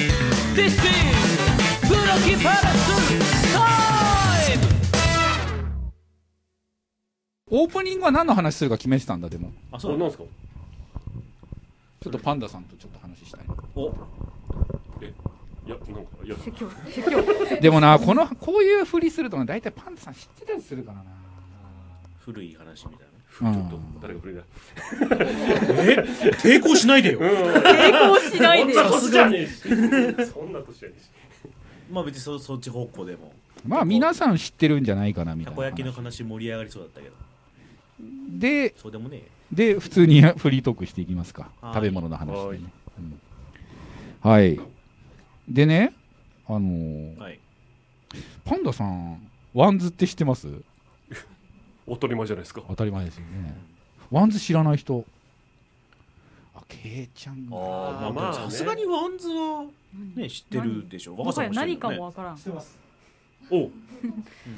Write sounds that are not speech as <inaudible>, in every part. This is プロキパラスタイムオープニングは何の話するか決めてたんだでもあ、そうなんですかちょっとパンダさんとちょっと話したいお、えいやなんかいや説教でもなこのこういうふりするとね大体パンダさん知ってたりするからな古い話みたいなね。ちょちょっと誰が触れないえ抵抗しないでよ。抵抗しないでそんなよ年じゃねえし <laughs> そんな年じゃねえしまあ別にそそっち方向でも。まあ皆さん知ってるんじゃないかなみたたいこな焼きの話盛り上がりそうだったけど。でそうでもねえ。で普通にフリートークしていきますかはい食べ物の話はでいねうんはい、でねあのーはい。パンダさんワンズって知ってますおとり前じゃないですか当たり前ですよねワンズ知らない人あケイちゃんがあーあ、まあまあ、ねさすがにワンズは、ね、知ってるでしょ。も若はさやんも知っ何てるよねかもわからんおう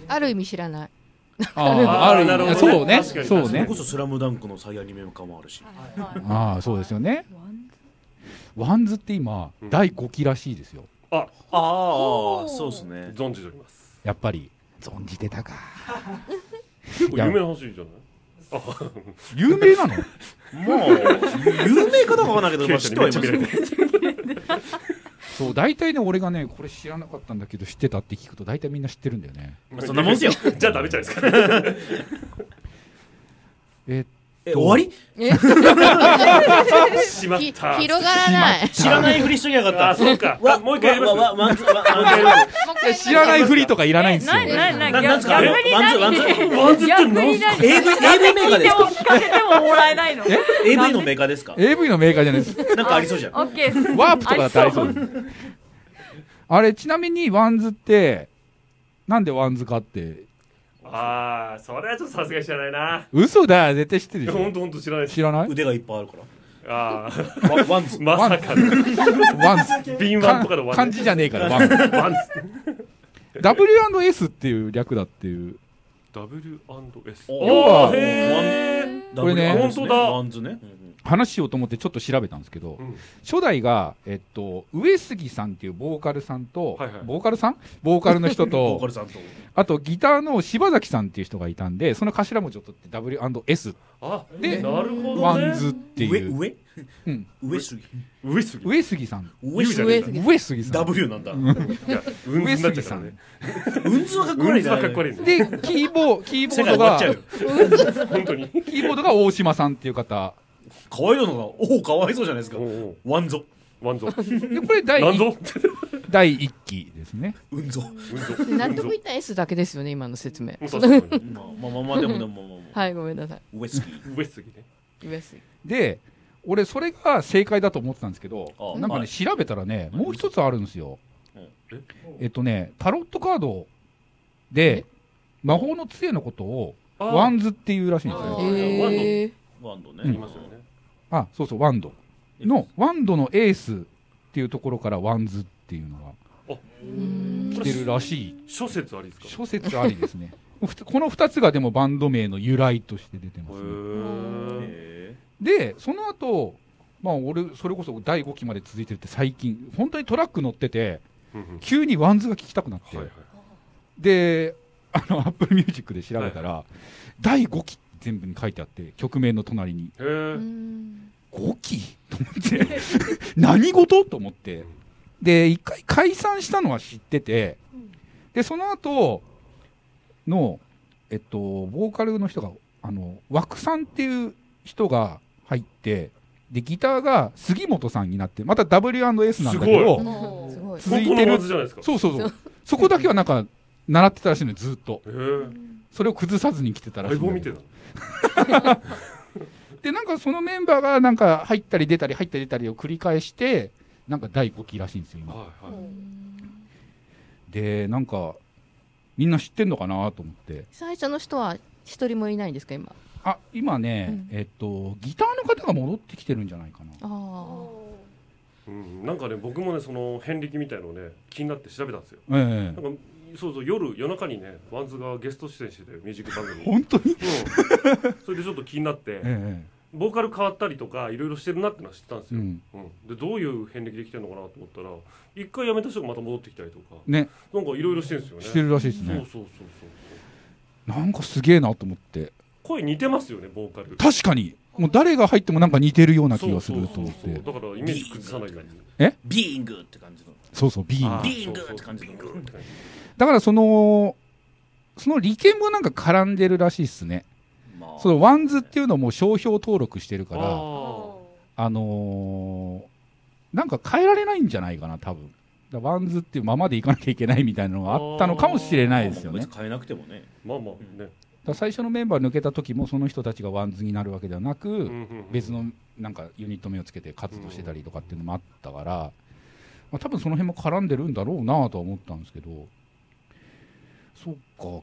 ある意味知らないあああーるなるほどそうね確かにそうそねれこそ「スラムダンクの再アニメ化もあるしああそうですよねワンワンズって今、うん第5期らしいですよあああそうですね存じておりますやっぱり存じてたか結構有名な話じゃない有名なの <laughs> まあ有名かどうかわからないけど、まあ、知ってはいますよめっちゃ見られてるそう大体ね俺がねこれ知らなかったんだけど知ってたって聞くと大体みんな知ってるんだよねまあそんなもんっすよ <laughs> じゃあダメじゃないですかえ <laughs> え終わりえしまっひた広がらない知らないふりしときゃよかったあそうかあもう一回やりますわわわワンズワワンズやります知らないふりとかいらないんですよないないないななんすか逆に何ワンズワン <laughs> ズワンズって逆何にすか何 AV, AV メーカーですか聞かせてももらえないの AV のメーカーですか AV のメーカーじゃないですなんかありそうじゃんオッケーワープとかだってありそうですあれちなみにワンズってなんでワンズかってああそれはちょっとさすがに知らないな嘘だよ絶対知ってるいでやしほんょとほんと知らないです知らない腕がいっぱいあるからああワワンズまさかのワン <laughs> ズ敏腕とかのかワン漢字じゃねえからワンズ <laughs> ワンズ W&S っていう略だっていう W&S おおーーへーこれねダブルワンズ本当だワンズね、うんうん話しようと思ってちょっと調べたんですけど、うん初代が、えっと、上杉さんっていうボーカルさんと、はいはいボーカルさんボーカルの人ボーカとルさんとあとギターの柴崎さんっていう人がいたんでその頭文字を取って W&S あでなるほどワねンズって上いう上うん上杉上杉上杉さん上言うじ杉ゃん上杉上杉さん W なんだいやうんずになっちゃったからねうんずはかっこうん悪いずなはかっこ悪いねでキーボーキーボ世ー界ド終わっがちゃうよ本当にキーボードが大島さんっていう方かわいそうなのがおおかわいそうじゃないですかおうおうワンゾワン <laughs> ゾでこれ第なん一ぞ第一期ですねうんぞうんぞ納得いった S だけですよね今の説明うんぞ確かにまあまあまあまあでもでもまあまあまあはいごめんなさい上杉上杉ね上杉で俺それが正解だと思ってたんですけどあなんかね、はい調べたらねもう一つあるんですようんええっとねタロットカードで魔法の杖のことをあーワンズっていうらしいんですあよーワンえドーワンドねうんいますよねあそうそうワンドのワンドのエースっていうところからワンズっていうのがうん来てるらしい諸説ありですか諸説ありですね <laughs> ふたこの2つがでもバンド名の由来として出てへますね、ーへでその後まあ俺それこそ第5期まで続いてるって最近本当にトラック乗っててうんうん急にワンズが聴きたくなって、はいはいであのアップルミュージックで調べたら、第5期全部に書いてあって曲名の隣にへーうん5期と思って何事と思ってで一回解散したのは知っててでその後のえっとボーカルの人があの枠さんっていう人が入ってでギターが杉本さんになってまた W&S なんだけすどもうすごい続い本て当のるはずじゃないですかそうそうそうそこだけはなんか習ってたらしいのよずっとへーそれを崩さずに来てたらしい相んだけど棒見てたのでなんかそのメンバーがなんか入ったり出たり入ったり出たりを繰り返してなんか第5期らしいんですよ今はいはいでなんかみんな知ってんのかなと思って被災者の人は一人もいないんですか今あ今ね、うえっとギターの方が戻ってきてるんじゃないかなああうんなんかね僕もねその遍歴みたいのをね気になって調べたんですよええなんかそうそう夜夜中にねワンズがゲスト出演しててミュージック番組本当に、 <laughs> うんそれでちょっと気になってええボーカル変わったりとかいろいろしてるなってのは知ってたんですうよ、ん、うんでどういう遍歴できてるのかなと思ったら一回辞めた人がまた戻ってきたりとかねなんかいろいろしてるんですよねしてるらしいですそうねそうそうそうなんかすげえなと思って声似てますよねボーカル確かにもう誰が入ってもなんか似てるような気がするとそう思っそうそうてそうだからイメージ崩さないようにビーイングって感じの。そうそうビーンあビーングそうそうって感じのビーングって感じだからそのその利権もなんか絡んでるらしいっすねまあそのワンズっていうのも商標登録してるからああのーなんか変えられないんじゃないかな多分だからワンズっていうままでいかなきゃいけないみたいなのがあったのかもしれないですよねまだあ別かに変えなくてもね。ーまあまあね、ら最初のメンバー抜けた時もその人たちがワンズになるわけではなく、うんうんうん別のなんかユニット名をつけて活動してたりとかっていうのもあったから、まあ、多分その辺も絡んでるんだろうなとは思ったんですけどそっ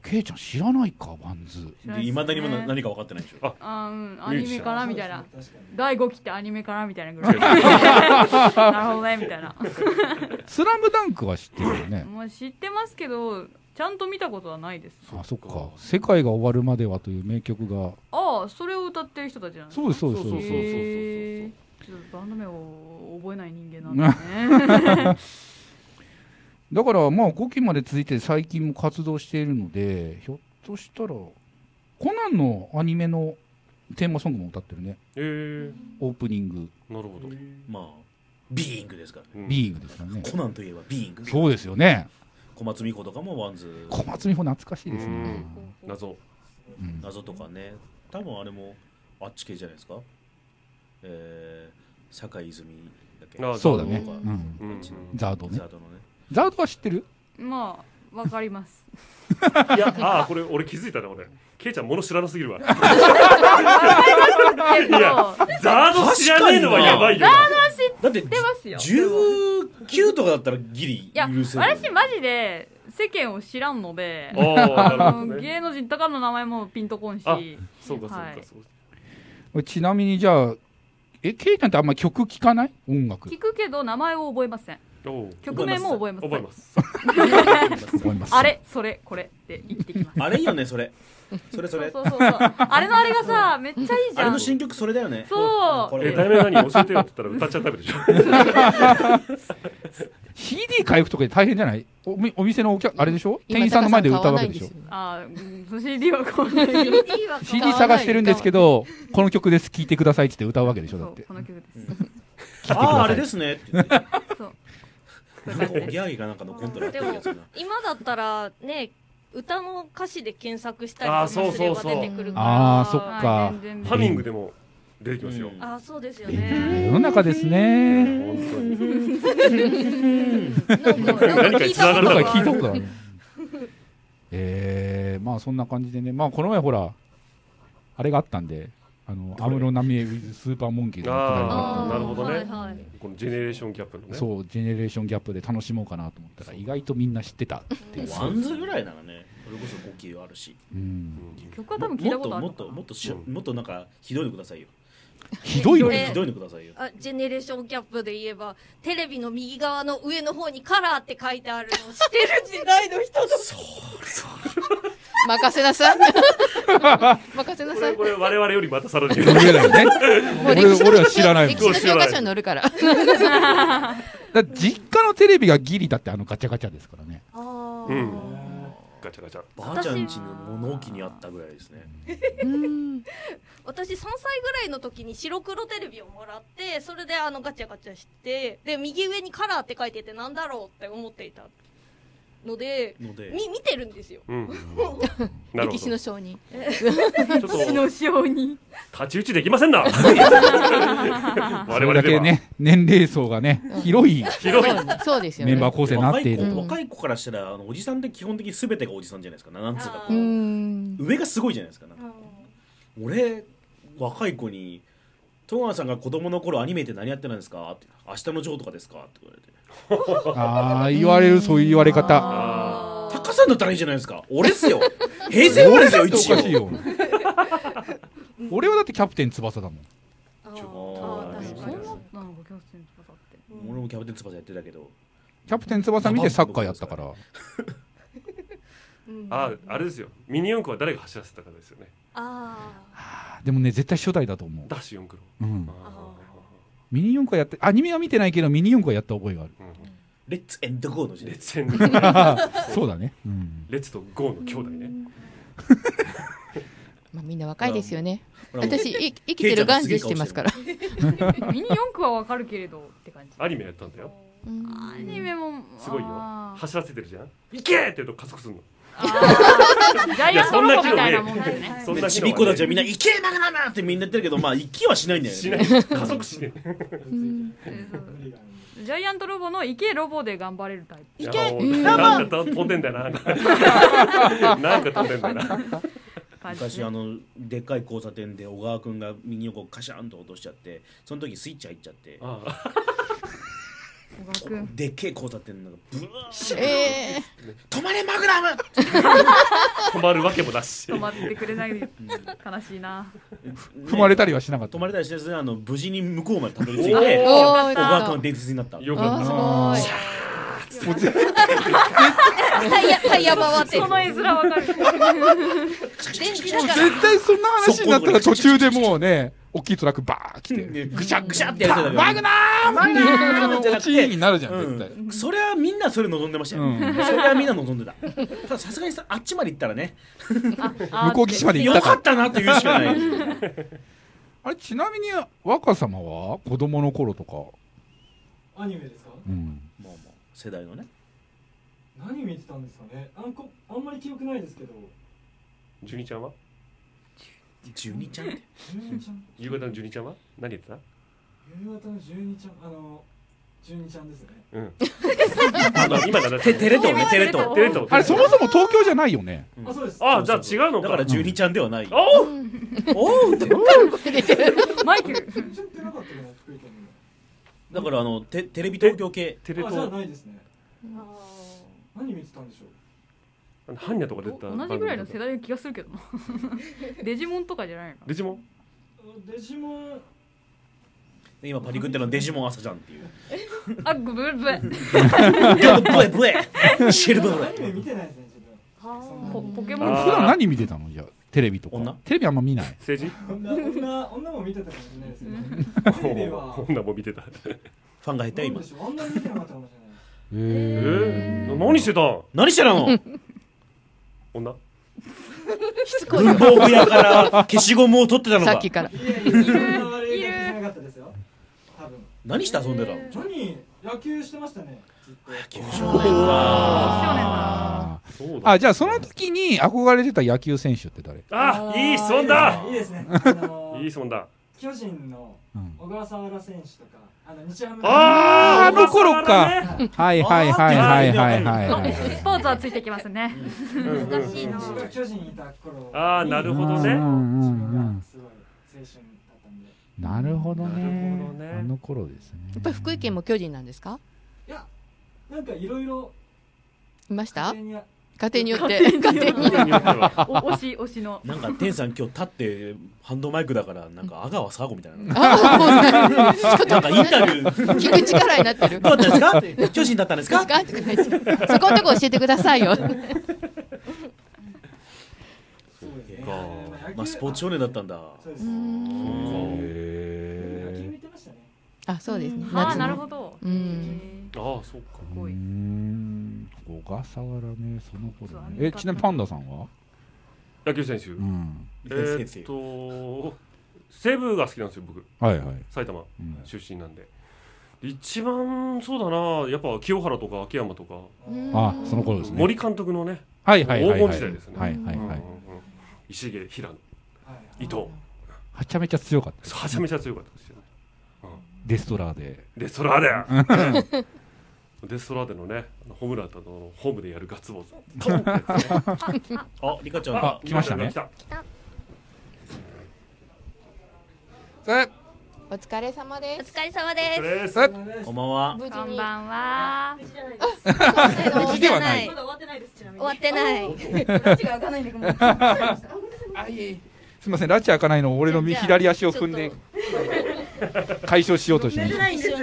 かケイちゃん知らないかワンズ知らないっすねいまだにもな何か分かってないでしょ。あーうん、ミアューニジシャンメからみたいな確かに第5期ってアニメからみたいなぐらいなるほどねみたいな「スラムダンクは知ってるよねもう知ってますけどちゃんと見たことはないですあそっか「世界が終わるまでは」という名曲がああそれを歌ってる人たちなんですそうですそうですそうそうですそうそうへーちょっとバンド名を覚えない人間なんでねだからまあ5期まで続いて最近も活動しているのでひょっとしたらコナンのアニメのテーマソングも歌ってるねえー、オープニングなるほど、まあビーイングですからね。うんビーイングですからねコナンといえばビーイング。そうですよね小松美子とかもワンズ。小松美穂懐かしいですうねん。謎うん謎とかね。多分あれもあっち系じゃないですか。えー、坂井泉だっけ。あそうだね。ザードとうかん。うんうんザードねザ。ードのね。ザードは知ってる？まあわかりますいやあーこれ俺気づいたね俺ケイちゃんもの知らなすぎるわけどいやザード知らねえのはやばいよだって知ってますよ19とかだったらギリいや許私せる。マジで世間を知らんのでああなあるほのどね芸能人とかの名前もピンとこんしあそうかそうはかいそうかちなみにじゃあ、え、ケイちゃんってあんま曲聞かない？音楽。聞くけど名前を覚えませんおう曲名も覚えません覚えます思います。あれそれこれって生きてきますあれいいよねそれ。それそそれ。うそうそうそうあれのあれがさめっちゃいいじあれゃのん新曲それだよね。そうこれえ題名何教えてよって言ったら歌っちゃダメでしょ CD 回復とかで大変じゃない？おみお店のお客あれでしょ？ <laughs> 店員さんの前で歌うわけでしょ。あーうん CD はこうな CD は CD 探してるんですけど、この曲です聴いてくださいって言って歌うわけでしょだって。この曲です聞いてくださいああーあれですねって言って。そうこういうな感じですんかギャーギーかなんかのコントラやってるやつな。今だったらね歌の歌詞で検索したあーりとそうかすればそうそう出てくるからあーそっかはい全ハ然ミングでも出てきますよ、あーそうですよね世の中ですね。本当になんかなん聞いたなこんとかある聞いたことある。えー、まあそんな感じでね、まあこの前ほら、あれがあったんで、あの、安室奈美恵 with スーパーモンキーズのくだりがあったんあでーなるほどはねいはいこのジェネレーションギャップのねそう、ジェネレーションギャップで楽しもうかなと思ったら、意外とみんな知ってたっていう。ワンズぐらいならね。それこそ5キロあるし。うん、う曲は多分聞いたことあるもっともっともっとしもっとなんかひどいのくださいよ。ひどいよえね。ひどいのくださいよ。あジェネレーションギャップで言えばテレビの右側の上の方にカラーって書いてあるのを知ってる時 <laughs> 代の人と任せなさい任せなんこされいこれ我々よりまたさらに言えないよね。もう歴俺史の俺は知らないもん歴史の教科書に載るからだって実家のテレビがギリだってあのガチャガチャですからね。あー、うんガチャガチャばあちゃん家の物置にあったぐらいですね。うん私3歳ぐらいの時に白黒テレビをもらってそれであのガチャガチャしてで右上にカラーって書いててなんだろうって思っていたのでので。み見てるんですようんなるほ歴ど史の証人ちょっと私の性に太刀打ちできませんな我それ々だでけは、ね、年齢層がね、広い広いそうそうですよメねンバー構成になっ若ていいると子。若い子からしたらあのおじさんって基本的に全てがおじさんじゃないですかなんつうかあうーこんう上がすごいじゃないですかなんうかん俺若い子に「戸川さんが子供の頃アニメって何やってたんですか?」って「明日のジョー」とかですか?」って言われてああ、言われる、そういう言われ方。あ「タカさんだったらいいじゃないですか俺っ <laughs> すよ平成生まれですよおか一応」しいよ。俺はだってキャプテン翼だもん。あちーあょー確かそにんなことなのかキャプテン翼って俺もキャプテン翼やってたけどキャプテン翼見てサッカーやったから。ああれですよミニ四駆は誰が走らせたかですよねああでもね、絶対初代だと思ダッシュ四駆う。うんの、あミニ四駆はやって、アニメは見てないけど、ミニ四駆はやった覚えがあ <laughs> る。あーうんレッツエンドゴーの時代レッです。ツエンドそうだね。うんレッツとゴーの兄弟ねまあみんな若いですよね。ほらもう私い生きてる元祖してますから。ミニ四駆はわかるけれどって感じ。アニメやったんだようんアニメもすごいよあー走らせてるじゃん行けって言うと加速するのあージャイアントロボみたいなもんですいやそんな機能ねね。そんでなち人びっ子たちはみんな「いけななな!」ってみんな言ってるけどまあ行きはしないんだよねしない加速しないうんジャイアントロボの池ロボで頑張れるタイいけなんか <laughs> 飛んでんだよななんか飛んでんだよなプ感じです昔ね。あのでっかい交差点で小川君が右横をカシャンと落としちゃってその時スイッチ入っちゃってああ小川くんでっけえ交差点のブワーッええ止まれマグナム!」止まるわけもなし止まってくれない悲しいな。 <laughs> 踏まれたたりはしなかった。止まれたたりしてですねあの無事に向こうまでたどり着いおてー小おーよか川っ君の伝説になったよかったあーすタイヤタイヤ回ってたるその絵面わかる。電気だから絶対そんな話になったら途中でもうね、大きいトラックバーッ来て、でぐしゃぐしゃってやるバマグナーマグナー落ちになるじゃん、絶対。うん、それはみんなそれ望んでましたよ、うんそれはみんな望んでたたださすがにさあっちまで行ったらねあ向こう岸まで行よったかかったなって言うしかないあれちなみに若様は子供の頃とか、アニメですかうん、もうもう世代のね何見てたんですかねあんこあんまり記憶ないですけどジュニちゃんは12ちゃん <laughs> って12ちゃん夕方のジュニちゃんは何言ってた夕方の12ちゃんあの12ちゃんですねうんあの今だなテテレ東ねテレ東テレ東あれそもそも東京じゃないよねあそうですあじゃあ違うのかだから12ちゃんではない、おうおうってマイケル。うちってなかったかな福井県にも <laughs> だからあのテテレビ東京系テレあじゃあ東ないですね何見てたんでしょうあのハンニャとか出てた同じぐらいの世代の気がするけどな。デジモンとかじゃないのデジモンデジモン今パリ君ってのはデジモン朝じゃんっていうあ、ごめんごめん。ブエブエシェルブアニメ見エてないですね自分ポポケモンあー普段何見てたのじゃあテレビとか女テレビあんま見ない政治女女女も見てたかもしれないですねアニメはこんなもん見てたファンが減ったよ何今でしょうあんまり見てなかったかもしえー、何してたん何してたの女文房具屋から消しゴムを取ってたのさかっきから。れないいやいやそんな悪いことじゃなかったですよ多分何して遊んでたのジョニー野球してましたねずっと球少年か少年だ。あーそうだあじゃあその時に憧れてた野球選手って誰、あいい質問だいい <laughs> ですね。いいですねあのいい質問だ巨人のうん小笠原選手とか、あの日ハムああの頃かはいはいはいはいはいはいあはいスポーツはついてきますね。うんうん難しいな自分が巨人にいた頃。あーなるほどねうんうんうんすごい青春だったんで。なるほどねなるほどねあの頃ですねやっぱり福井県も巨人なんですかいや、なんかいろいろいました家庭にあ家庭によって。家庭に。人によってはお推し推しの。なんか天さん今日立ってハンドマイクだからなんか阿川佐和子みたいなああ、ちょなんっとかインタビュー聞く力になってる。どうだったんですか巨人だったんですかガーッてくれてそこのとこ教えてくださいよ。そうですね。かまあスポーツ少年だったんだそうです。うん野球へ見てましたね。あ、そうですね。あー、夏なるの。ほど。うへん。ーああそうかーすうごい。ん小笠原ねその頃ねえちなみにパンダさんは野球選手うんえーっと西武が好きなんですよ僕はいはい、埼玉うん出身なんで一番そうだなやっぱ清原とか秋山とかあその頃ですね森監督のねはいはいはい、はい、黄金時代ですねはいはいはいうんうんうん石毛平野はい伊藤はちゃめちゃ強かったはちゃめちゃ強かったですよねデストラーでデストラー <laughs> デデストラーデのねホームランとあのホームでやるガッツポーズトンってやつねあリカちゃんあ <laughs> だ来ましたね来たお疲れ様おです。疲れ様そでれですえこんばんは無事こんに。ばんは。す無事ではないまだ終わってないですちなみに終わってないすみません拉致開かないのを俺の右左足を踏んでちょ解消しようとしました一緒に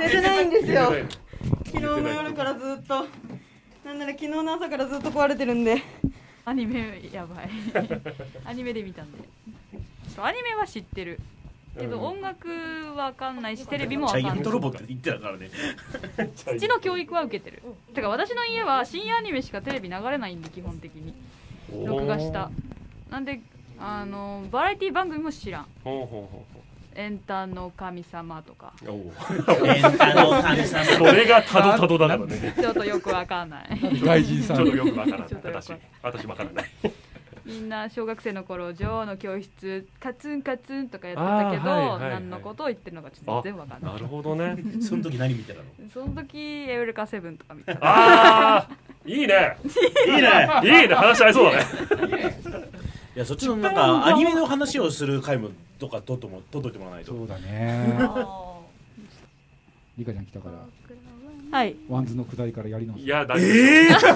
寝てないんですよ昨日の夜からずっとなんなら昨日の朝からずっと壊れてるんでアニメやばいアニメで見たんでそうアニメは知ってるけど音楽わかんないしテレビもわジかんャイアントロなボって言ってたからね。いうちの教育は受けてるてか私の家は深夜アニメしかテレビ流れないんで基本的に録画したなんであのバラエティ番組も知らんほうほうほエンタの神様とかうほうおーエンタの神様。それがたどたどだか <laughs> らねちょっとよくわかんない外人ちさょんっとよくわからないちょっとよくわ私かんない私わからないみんな小学生の頃「女王の教室」カツンカツンとかやってたけど、あーはいはいはい何のことを言ってるのかちょっと全部わかんないなるほどね <laughs> その時何見てたのその時エウレカセブンとか見たああいいいいねねいいね話合いそうだねいや、そっちのなんか、アニメの話をする回も、どっかとっても、届いてもらわないと。そうだねリカちゃん来たからはいワンズのくだりからやり直すいや大丈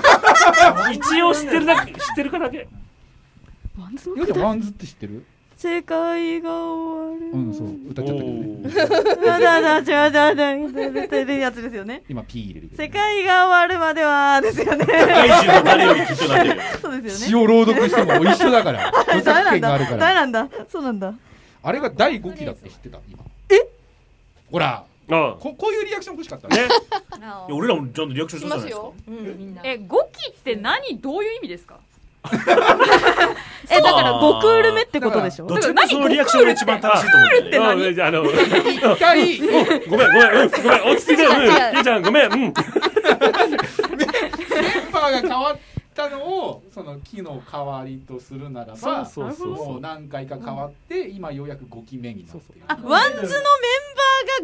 夫 <laughs> 一応知ってるだけ知ってるかだけよくワンズって知ってる世界が終わる、うんそう歌っちゃったけどねおーだだだちゃだだだだだやつですよね今 P 入れるけど世ね界が終わるまではですよね世界中の誰よりきっとな <laughs> ってるよ。そうです詩よねを朗読しても一緒だから <laughs> 著誰作なん権があだるか誰らなんだそうなんだあれが第5期だって知ってた今えほらあここういうリアクション欲しかったあねいや俺らもちゃんとリアクションししたじゃまないすですかよ。うん、みんな。え5期って何どういう意味ですかえだから5クール目ってことでしょどっちもそのリアクションが一番正しいと思うんだよね。あじゃああの一回ごめんごめん、うん、ごめん落ち着いてうんゆうちゃんごめんうんメンバーが変わったのをその木の代わりとするならばそうそうそうもう何回か変わって、今ようやく5期目になってるワンズのメンバ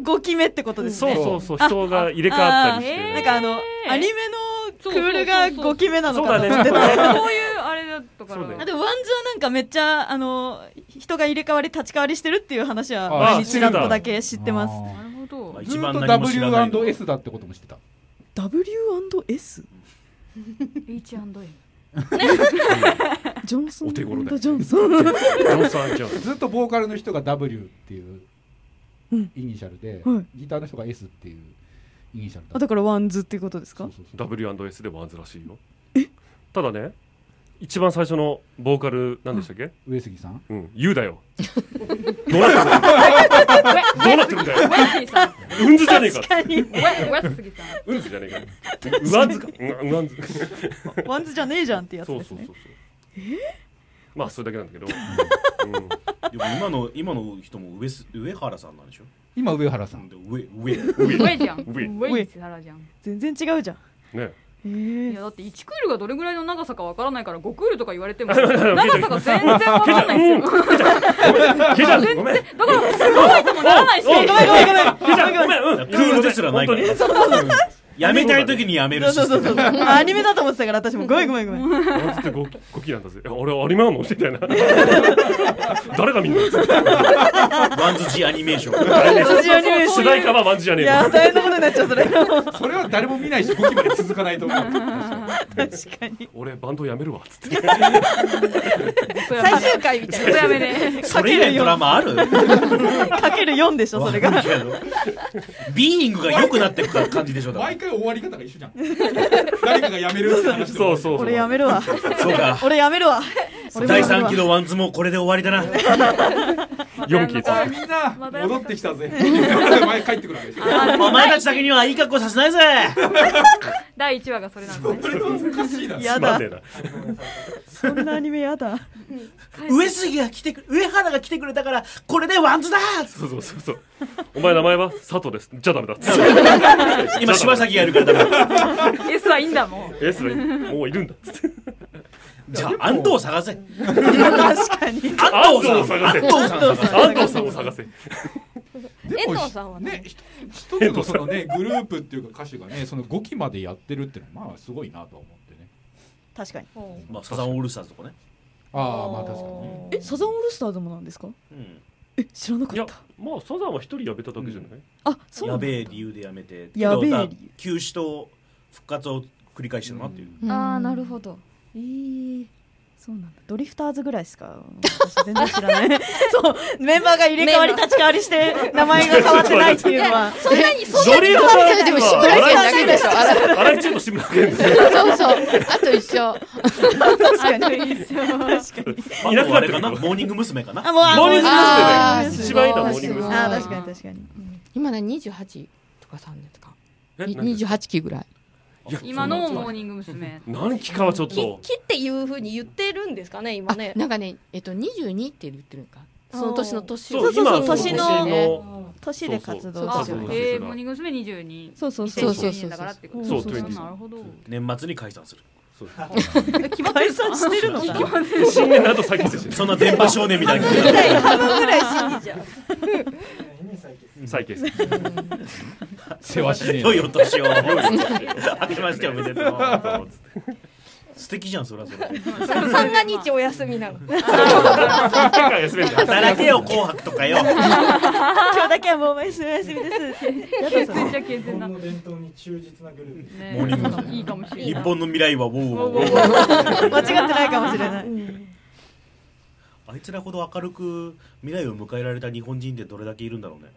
ーが5期目ってことですそうねそうそう人が入れ替わったりしああてなんねかあのえーアニメのクールが5期目なのそうかだとね思ってちょたっとねそういうあれだったからそうだあよでもワンズはなんかめっちゃあの人が入れ替わり立ち替わりしてるっていう話はあ毎日ランプだけ知ってますなるほどまあず一っと番何も知らないの。 W&S だってことも知ってた W&S? H&M ジョンソンお手頃だよねジョンソン <laughs> ジョンソンジョンずっとボーカルの人が W っていうイんニシャルで、はいギターの人が S っていうイニシャルだあだからワンズっていうことですかそうそうそう W&S でワンズらしいよただね一番最初のボーカル何でしたっけ上杉さんうん、言うだよどうなってるんだよどうなってるんだよウェスリーさんうんずじゃねえか確かにウェスリーさんうんずじゃねえかうわんずかうんうわんずワンズじゃねえじゃんってやつそうそうでそすうねそうまあそれだけなんだけど、うんでも今の、今の人も上す、上原さんなんでしょ今上原さなんんで上、上。ウェじゃんウウェェイサラじゃん全然違うじゃんねえいやーだって1クールがどれぐらいの長さかわからないから5クールとか言われても長さが全然わからないんですよケちゃんごめんだからすごいともならないしおおごめんごめんごめんケちゃんごめんうんクールですらないから。本うん <laughs> やめたい時にやめるそうし。そうそうそうあアニメだと思ってたから私もごめんごめんごめん当にワンズってごごきなんだぜえあれアニメなのみたいな誰がみんなワンズジアニメーション。ワンズアニメーション主題歌はワンズじゃねいえやかー大変なことになっちゃうそれ確それは誰も見ないし動きまで続かないと思うか <laughs> に俺バンドやめるわつって最終回みたいずっとやめねそれ以外のドラマあるかける4でしょそれがわかんないけど <laughs> ビーイングが良くなってく感じでしょだから毎回終わり方が一緒じゃん誰かがやめるって話そうそうそう俺やめるわそうか。俺やめるわ俺もやめ第るわ3期のワンズもこれで終わりだな。 <laughs> 読み切またやんみのかれんなまたやんの戻かってきたぜ前帰ってくるわけでしょお前たちだけにはいい格好させないぜ第1話がそれなんですねそれはおかしいだろやつまんだねえなそんなアニメやだ上杉が来てく上原が来てくれたからこれでワンズだそうそうそうそう。お前名前は佐藤です。じゃあダメだ。今柴崎がいるからだから S はいいんだもんエスラもういるんだ。つってじゃあ安藤を探せ確かに <laughs> 安藤安を藤さん探せ。安藤さん探せ安藤さんを探せ。でも遠藤さんはねね一つ一つのそのねグループっていうか歌手がねその5期までやってるっていうのはまあすごいなとは思ってね確かにまあサザンオールスターズとかねああまあ確かにねえサザンオールスターズもなんですかえ知らないかやった、まあサザンは一人やめただけじゃない。あそうなやんだべえ理由でやめてやべえ理由けどだから休止と復活を繰り返してるなっていうな。ああ、なるほど。えーそうなんだドリフターズぐらいしか私全然知ら <laughs> ないそうメンバーが入れ替わりメンバー立ち替わりして <laughs> 名前が変わってないっていうの <laughs> はそんなにそんなに変わらないでも志村けんだけでしょ荒井中と志村けんですそうそうあと一緒確かに確かにいなくなってかなモーニング娘。かなあもうあのモーニング娘あねす一ご番いいのはモーニング娘あ確かに確かに今ね28とか3ですかえに何28期ぐらい今のモーニング娘。何期かはちょっと木っていうふうに言ってるんですかね今ねなんかねえっと22って言ってるんかその年の年そうそうそう今年の年で活動あしてる、えー、モーニング娘。22。そうそうそうそうだからってことそうな20るほど。年末に解散する解散してるのか新年の後先ですよそんな電波少年みたいな半分ぐらい死んじゃう再結成せわしねえ良いお年をん明けましておめでとう素敵じゃんそりゃそれ三が日お休みなの一回休める働けよ紅白と <laughs> かよ今日だけはもうお休みです <laughs> やだそ健れ全じゃ健全本な。の伝統に忠実なグループねモーニング娘いいかもしれ日ない。本の未来はウォーウォーウォー間違ってないかもしれないあいつらほど明るく未来を迎えられた日本人ってどれだけいるんだろうね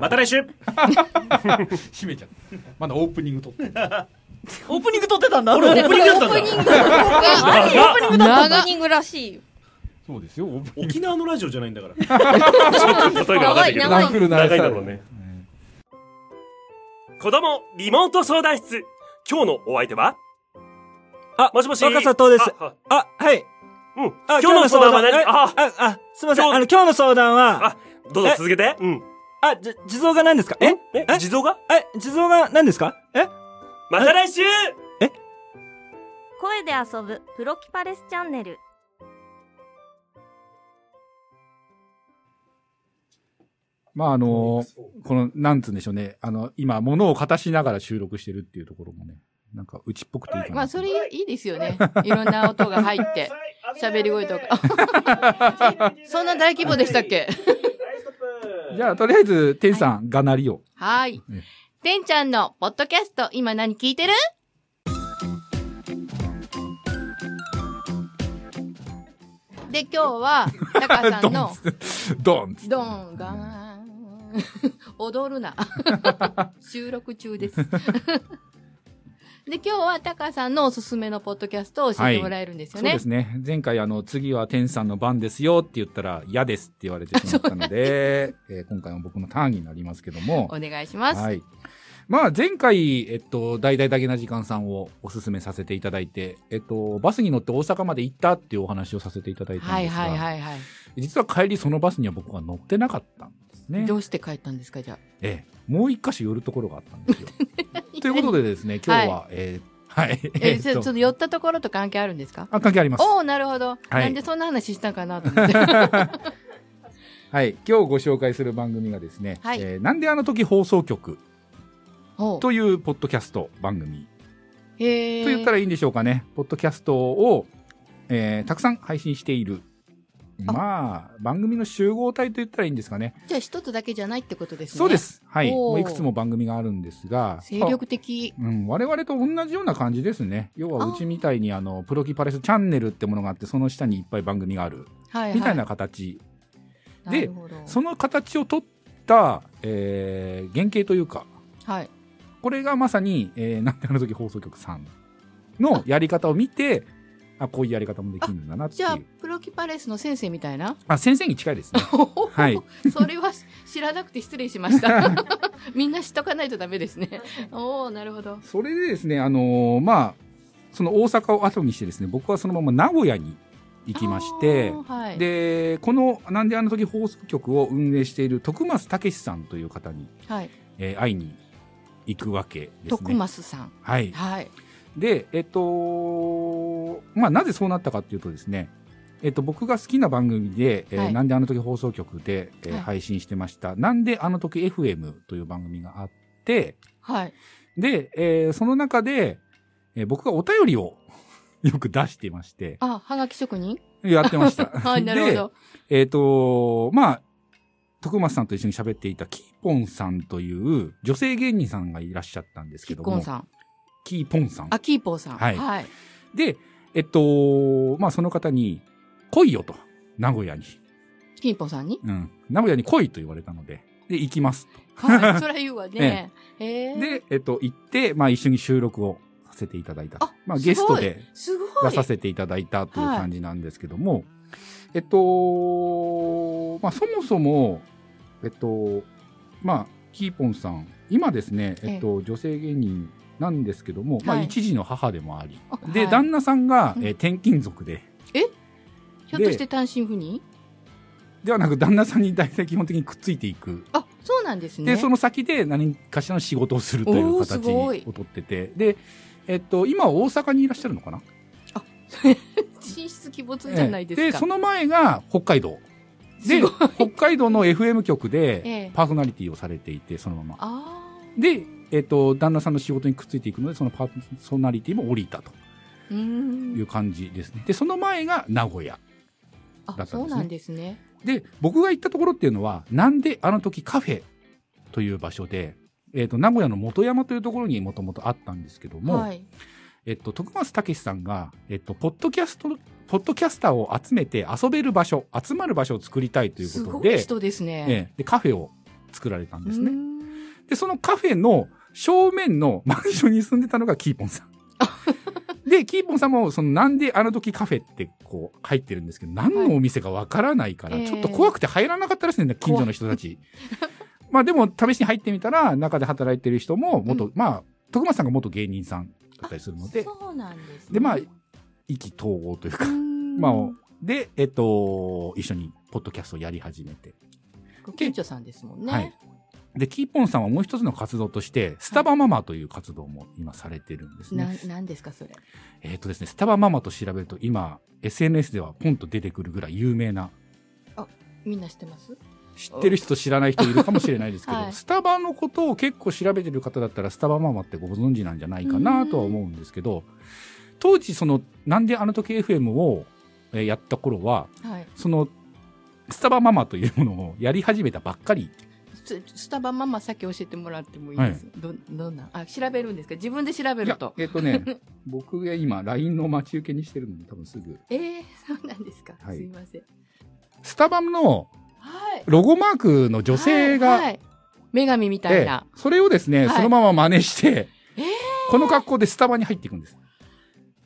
また来週閉めちゃうまだオープニング撮ってるオープニング撮ってたんだこれオープニングだったオープニンんグだ何オープニングだったオー長っプニングらしいよそうですよオープニン沖縄のラジオじゃないんだから例えが分かんないけグどランクルナイ長サいイだドろうね子供リモート相談室今日のお相手はあ、もしもし若狭党ですあ、あ、はい。うん。あ今日の相談は何えああ、あ、すみません。今日あの、今日の相談は、あ、どうぞ続けて。うん。あ、じ、地蔵が何ですかええ地蔵がえ、地蔵が何ですかえまた来週声で遊ぶプロキパレスチャンネルまああのこのなんつうんでしょうねあの今物を形しながら収録してるっていうところもねなんかうちっぽくていいかなまあそれいいですよねいろんな音が入って喋り声とかそんな大規模でしたっけじゃあとりあえず天さん、がなりをはいね。てんちゃんのポッドキャスト、今何聞いてるで、今日は、タカ <laughs> さんの、ドンドンがーン、 <laughs> <laughs> 踊るな。収録中です。 <laughs> で、今日はタカさんのおすすめのポッドキャストを教えてもらえるんですよね。はい、そうですね。前回、あの、次は天さんの番ですよって言ったら、嫌ですって言われてしまった <laughs> ので、えー今回も僕のターンになりますけども。お願いします。はい。まあ、前回、えっと、大々だけな時間さんをお勧めさせていただいて、えっと、バスに乗って大阪まで行ったっていうお話をさせていただいたんはでいすが、はいはいはい。実は帰りそのバスには僕は乗ってなかったんですね。どうして帰ったんですか、じゃあ。ええ、もう一箇所寄るところがあったんです <laughs> よ。ということでですね、今日は、は <laughs> えーはい。え、っ <laughs> ちょとっと寄ったところと関係あるんですかあ関係ありますおお、なるほど、はいなんでそんな話したんかな <laughs> と思って。はい、今日ご紹介する番組がですね、はいえーなんであの時放送局ほうというポッドキャスト番組へえ。と言ったらいいんでしょうかね、ポッドキャストを、えーたくさん配信している、まあ、番組の集合体と言ったらいいんですかね、じゃあ一つだけじゃないってことですね。そうです、はい、おーもういくつも番組があるんですが、精力的。うん、我々と同じような感じですね。要はうちみたいにあのプロキパレスチャンネルってものがあってその下にいっぱい番組がある、はいはいみたいな形なでるほどその形を取った、えー原型というかはい。これがまさに、えーなんてあの時放送局さんのやり方を見てあこういうやり方もできるんだなってじいうゃああ、プロキパレスの先生みたいな先生に近いです <laughs> ねはいそれは知らなくて失礼し <laughs> ました。みんな知っとかないとダメですね。おおなるほど。それでですねあのーまあその大阪を後にしてですね僕はそのまま名古屋に行きましてあーはいでこの「なんであの時放送局」を運営している徳松武さんという方に、はい。えー会いに行くわけですね。徳増さん。はいはい。で、えっと、まあ、なぜそうなったかっていうとですね、えっと、僕が好きな番組で、えーはいなんであの時放送局で、えーはい配信してました、なんであの時 FM という番組があって、はい。で、えーその中で、えー僕がお便りを <laughs> よく出していまして、あ、はがき職 <laughs> 人やってました。 <laughs> はい、なるほど。で。えっ、と、まあ、徳松さんと一緒に喋っていたキーポンさんという女性芸人さんがいらっしゃったんですけども。ゴンさん。キーポンさん。あ、キーポーさん。はいはい。で、ええっと、まあその方に、来いよと、名古屋に。ピンポンさんにうん。名古屋に来いと言われたので、で、行きますと。はい、そりゃ言うわね。へえで、 <laughs> えっと、行って、まあ一緒に収録をさせていただいた。まあゲストで出させていただいたという感じなんですけども、えっと、まあそもそも、えっと、まあ、キーポンさん、今ですね、えっと、女性芸人なんですけども、まあはい一児の母でもあり、で、旦那さんが、えー転勤族で、ひょっとして単身赴任ではなく旦那さんに大体基本的にくっついていくそうなんですね。でその先で何かしらの仕事をするというおーす形ごをいとっててで、えっと、今大阪にいらっしゃるのかな進出鬼没じゃないですか。ええその前が北海道で北海道の FM 局えでえパーソナリティをされていてそのままあで、えっと、旦那さんの仕事にくっついていくのでそのパーソナリティも降りたとーうーいん。う感じですねでその前が名古屋だったんですそうなんですね。で僕が行ったところっていうのはなんであの時カフェという場所で、えっと名古屋の元山というところにもともとあったんですけども、はい。えっと、徳松たけしさんが、えっと、ポッドキャスト、ポッドキャスターを集めて遊べる場所、集まる場所を作りたいというすことごで、い人ですね。ええで、カフェを作られたんですね。で、そのカフェの正面のマンションに住んでたのがキーポンさ <laughs> ん。で、キーポンさんも、その、なんであの時カフェってこう入ってるんですけど、何のお店かわからないから、はいちょっと怖くて入らなかったらしいんだ、近所の人たち。まあでも、試しに入ってみたら、中で働いてる人も、元、まあ、徳松さんが元芸人さんだったりするので、そうなんです、ね。でまあ意気投合というかまあでえっと一緒にポッドキャストをやり始めて、ご近所さんですもんね。はいでキーポンさんはもう一つの活動としてスタバママという活動も今されてるんですね、な、なんですか、それ。えっとですねスタバママと調べると今 SNS ではポンと出てくるぐらい有名なあ、みんな知ってます知知ってる人と知らない人いるかもしれないですけど、はいスタバのことを結構調べてる方だったらスタバママってご存知なんじゃないかなとは思うんですけど当時そのなんであの時 FM をえーやった頃ははい。そのスタバママというものをやり始めたばっかりススタバママさっき教えてもらってもいいです、はどどんなあ調べるんですか自分で調べるとえっとね <laughs> 僕が今 LINE の待ち受けにしてるのに多分すぐえー、そうなんですか、はいすいませんスタバのはいロゴマークの女性が、はい女神みたいなえ、えそれをですね、はいそのまま真似して、この格好でスタバに入っていくんです。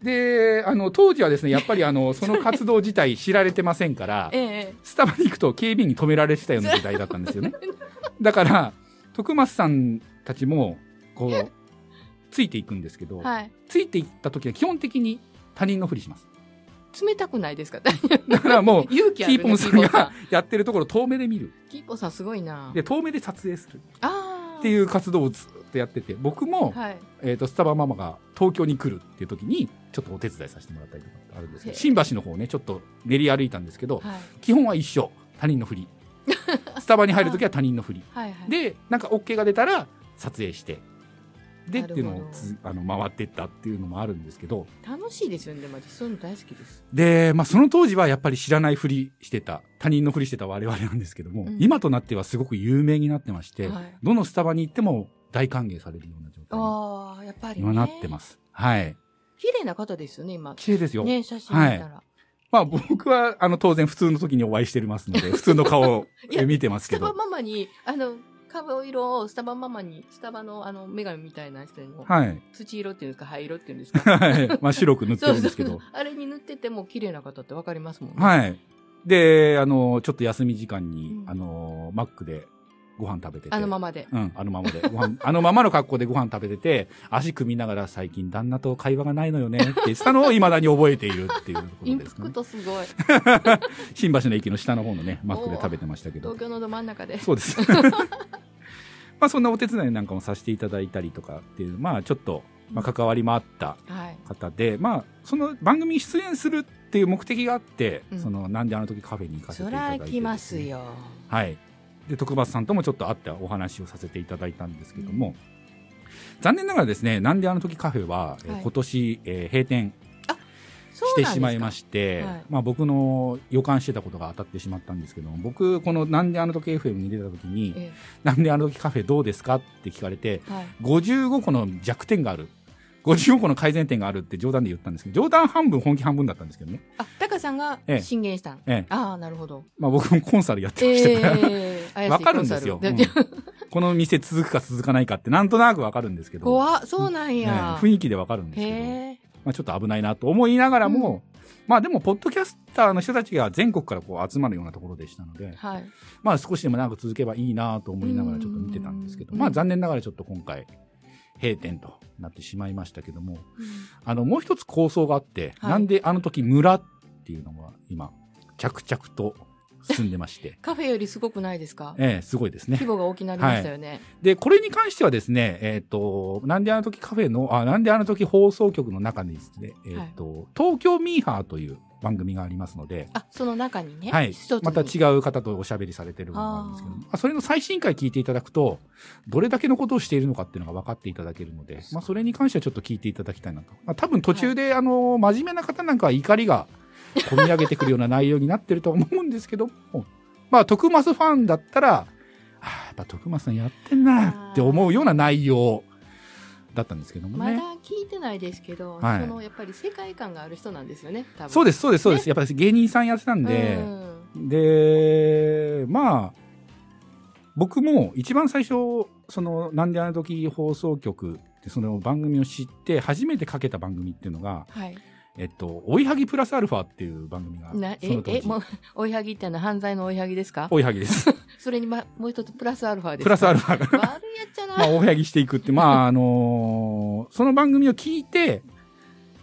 で、あの、当時は <laughs> ですね、やっぱりあの、その活動自体知られてません <laughs> から、ええスタバに行くと警備員に止められてたような時代だったんですよね。 <laughs> だから、徳松さんたちも、こう、ついていくんですけど、はいついていった時は基本的に他人のふりします。冷たくないですか大丈だからもう、夫 <laughs> 勇キ気ある、ーね、ポンさんが <laughs> やってるところを遠目で見る。キーポンさんすごいなで、遠目で撮影する。あっていう活動をずっとやってて、僕あも、はいえっ、と、スタバママが東京に来るっていう時に、ちょっとお手伝いさせてもらったりとかってあるんですけへど、え新橋の方をね、ちょっと練り歩いたんですけど、はい基本は一緒。他人の <laughs> ふり。スタバに入る時は他人のふり。はいはいで、なんか OK が出たら撮影して、でっなるほどていうのをつあの回ってったっていうのもあるんですけど、楽しいですよねでも私そういうの大好きですで、まあその当時はやっぱり知らないふりしてた、他人のふりしてた我々なんですけども、うん今となってはすごく有名になってまして、はいどのスタバに行っても大歓迎されるような状ああやっぱ態りにはねなってます。はい。綺麗な方ですよね今綺麗ですよ。ね写真見たら、はい。まあ僕は、あの当然普通の時にお会いしてます <laughs> ので、普通の顔をいや見てますけスタバど。ママに、あの、顔色をスタバママに、スタバのあの、女神みたいな人に、はい土色っていうんですか、灰色っていうんですか。はいまあ白く塗ってるんですけどそうそうあれに塗ってても綺麗な方ってわかりますもんね。はい。で、あの、ちょっと休み時間に、うんあの、マックでご飯食べてて。あのままでうん、あのままで。ご飯、 <laughs> あのままの格好でご飯食べてて、足組みながら最近旦那と会話がないのよねって言ってたのを未だに覚えているっていうところインでプすかクね。トすごい。新橋の駅の下の方のね、マックで食べてましたけど東。京のど真ん中で。そうです。 <laughs> まあそんなお手伝いなんかもさせていただいたりとかっていう、まあちょっと、まあ関わりもあったはい。方で、まあその番組に出演するっていう目的があって、うんそのなんであの時カフェに行かせてそいただらいて来ますよ。はい。で、徳松さんともちょっと会ってお話をさせていただいたんですけども、残念ながらですね、なんであの時カフェは、えーはい今年、えー閉店そしうてなんでしすかまいまして、はいまあ僕の予感してたことが当たってしまったんですけども、僕、このなんであの時 FM に出た時に、えなんであの時カフェどうですかって聞かれて、はい55個の弱点がある。 54個の改善点があるって冗談で言ったんですけど、冗談半分、本気半分だったんですけどね。あ、タカさんがええ進言したん。ええああ、なるほど。まあ僕もコンサルやってましたから、ええわかるんですよ。う怪んしいコンサル <laughs> この店続くか続かないかってなんとなくわかるんですけど。怖っそうなんやね雰囲気でわかるんですへえ。まあ、ちょっと危ないなと思いながらも、まあでも、ポッドキャスターの人たちが全国からこう集まるようなところでしたので、はい。まあ少しでも長く続けばいいなと思いながらちょっと見てたんですけど、まあ残念ながらちょっと今回、閉店となってしまいましたけども、あの、もう一つ構想があって、はいなんであの時村っていうのが今、着々と進んでま <laughs> して、カフェよりすごくないですかええすごいですね。規模が大きくなりましたよね。で、これに関してはですね、えっ、と、なんであの時カフェの、あ、なんであの時放送局の中にですね、えっ、と、東京ミーハーという番組がありますので、あ、その中にね。はい一つ。にまた違う方とおしゃべりされてるのがあるんですけどあ、あそれの最新回聞いていただくと、どれだけのことをしているのかっていうのが分かっていただけるので、まあ、それに関してはちょっと聞いていただきたいなと。まあ、多分途中で、あの、真面目な方なんかは怒りが込み上げてくるような内容になってるとは思うんですけども、まあ、徳松ファンだったら、あーやっぱ徳松さんやってんなって思うような内容だったんですけどもまね。だ聞いてないですけど、はいそのやっぱり世界観がある人なんですよね、多分。そうです、そうです、そうです。やっぱり芸人さんやってたんで、で、まあ、僕も一番最初、その、なんであの時放送局ってその番組を知って、初めてかけた番組っていうのが、はい。えっと、追いはぎプラスアルファっていう番組が、なそえの、当え、時もう、追いはぎってのは犯罪の追いはぎですか追いはぎ <laughs> です。それに、ま、もう一つプラスアルファですか。プラスアルファが。悪いやっちゃな。まあ、お部屋着していくって、まあ、あのーその番組を聞いて、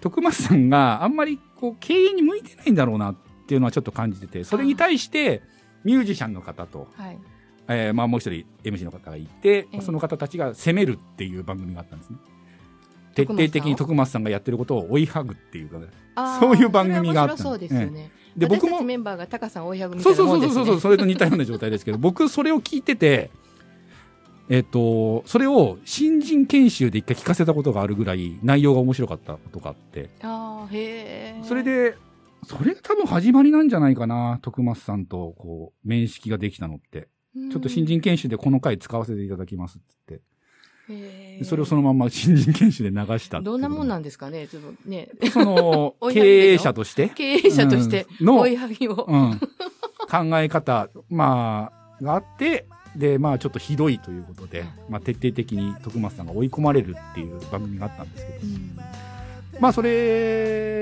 徳松さんがあんまりこう経営に向いてないんだろうなっていうのはちょっと感じてて、それに対して、ミュージシャンの方と、はい。えーまあもう一人 MC の方がいて、ええその方たちが攻めるっていう番組があったんですね。徹底的に徳松さんがやってることを追いはぐっていうかねあーそういう番組があったんそれは面白そうですよね。ええで、僕私たもち、メンバーがタカさん追いはぐみたそいうなそうもんそでうすそね。うそう、それと似たような状態 <laughs> ですけど、僕それを聞いてて、えっ、と、それを新人研修で一回聞かせたことがあるぐらい内容が面白かったことがあって、ああ、へえ。それで、それが多分始まりなんじゃないかな、徳松さんとこう、面識ができたのってうん。ちょっと新人研修でこの回使わせていただきますって言って。へそれをそのまま新人研修で流したー。。どんなもんなんですかね、ちょっとね。その <laughs> 追いはぎでしょ経営者として。経営者として、うんの、追いはぎを。うん考え方、まあ、があって、で、まあ、ちょっとひどいということで、まあ、徹底的に徳松さんが追い込まれるっていう番組があったんですけど、まあ、そ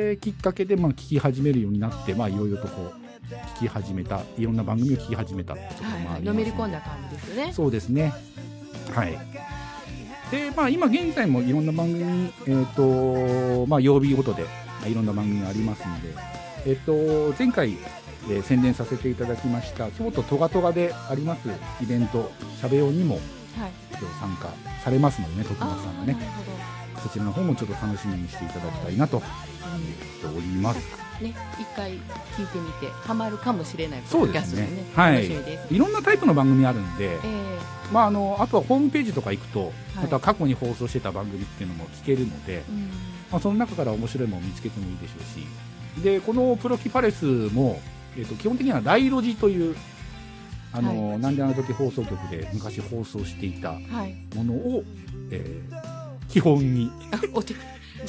れきっかけで、まあ、聞き始めるようになって、まあ、いろいろとこう、聞き始めた、いろんな番組を聞き始めたってこともありますはいねのめり込んだ感じですね。そうですね。はい。で、まあ今現在もいろんな番組、えっ、と、まあ曜日ごとでいろんな番組がありますので、えっ、と、前回、えー宣伝させていただきました、京都トガトガでありますイベント、しゃべようにもはい。今日参加されますのでね、徳松さんがねな、るほど。そちらの方もちょっと楽しみにしていただきたいなと思っております。ね、一回聞いてみてハマるかもしれないポそうッドキでャスすトねでね。はい。楽しみです。いろんなタイプの番組あるんで、えーまあ、あのあとはホームページとか行くと、はいまた過去に放送してた番組っていうのも聞けるので、うんまあ、その中から面白いものを見つけてもいいでしょうしでこの「プロキパレスも」えっと基本的には「ライロジ」というあの、なんであの時放送局で昔放送していたはいものを、えー基本にあお手じ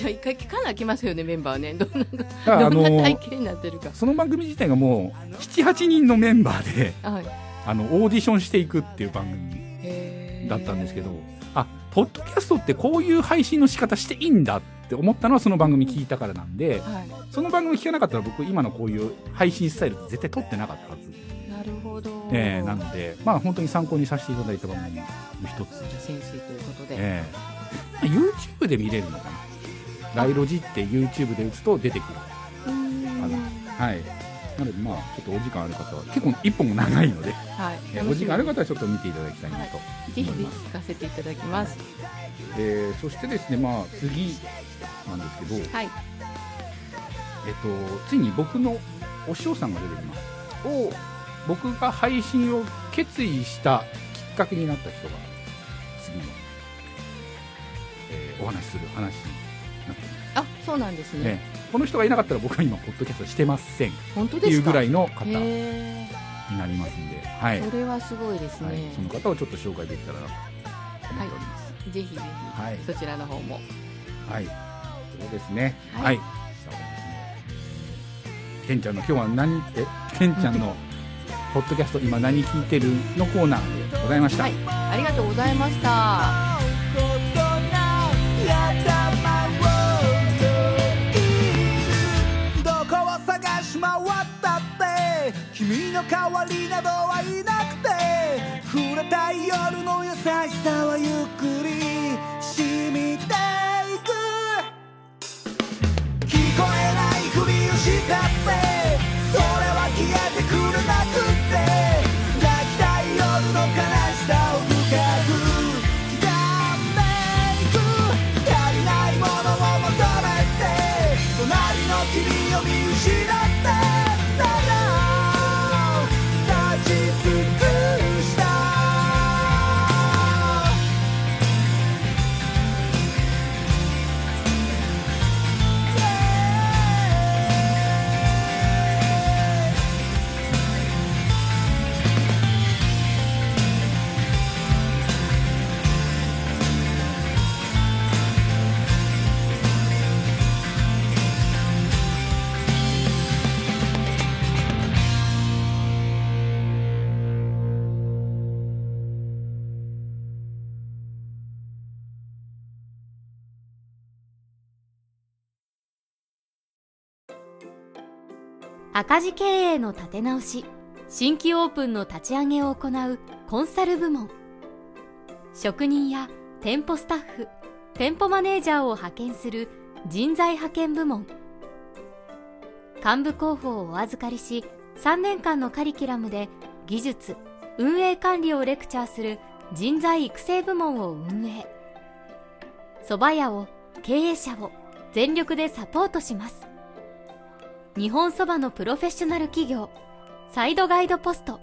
ゃあ一回聞かなきますよねメンバーねどんからなあどのんな体型になってるか。その番組自体がもう78人のメンバーではい。あのオーディションしていくっていう番組へーだったんですけど、あポッドキャストってこういう配信の仕方していいんだって思ったのはその番組聞いたからなんで、はその番組聞かなかったら僕今のこういう配信スタイルって絶対撮ってなかったはず、い。なるほど。えーなのでまあ本当に参考にさせていただいた番組の一つ、潜水ということで。えーまあ YouTube で見れるのかな「ライロジ」って YouTube で打つと出てくるかなはいなのでまあちょっとお時間ある方は結構一本も長いので、はいえーお時間ある方はちょっと見ていただきたいなとぜひぜひ聞かせていただきます。えーそしてですね、まあ、次なんですけど、はい。えっと、ついに僕のお師匠さんが出てきますお僕が配信を決意したきっかけになった人が次の、えーお話しする話になってまあそうなんですすね。ねこの人がいなかったら僕は今ポッドキャストしてません本当ってでいうすか。ぐらいの方になへりますんで、はーいそれはすごいですね。はい、その方をちょっと紹介できたらなとはい。ぜひぜひ、はいそちらの方も。はい、そうですね。はい。てんちゃんの今日は何っててんちゃん <laughs> のポッドキャスト今何聞いてるのコーナーでございました。はい、ありがとうございました。どこを探し回ったって君の代わりなどはいなくて触れたい夜の優しさはゆっくり染みていく聞こえないふりをしたってそれは消えてくれなくって泣きたい夜の悲しさを深く刻んでいく足りないものを求めて隣の君を見失ってただ立ち尽くした赤字経営の立て直し新規オープンの立ち上げを行うコンサル部門職人や店舗スタッフ店舗マネージャーを派遣する人材派遣部門幹部候補をお預かりし3年間のカリキュラムで技術運営管理をレクチャーする人材育成部門を運営蕎麦屋を経営者を全力でサポートします日本そばのプロフェッショナル企業サイドガイドポスト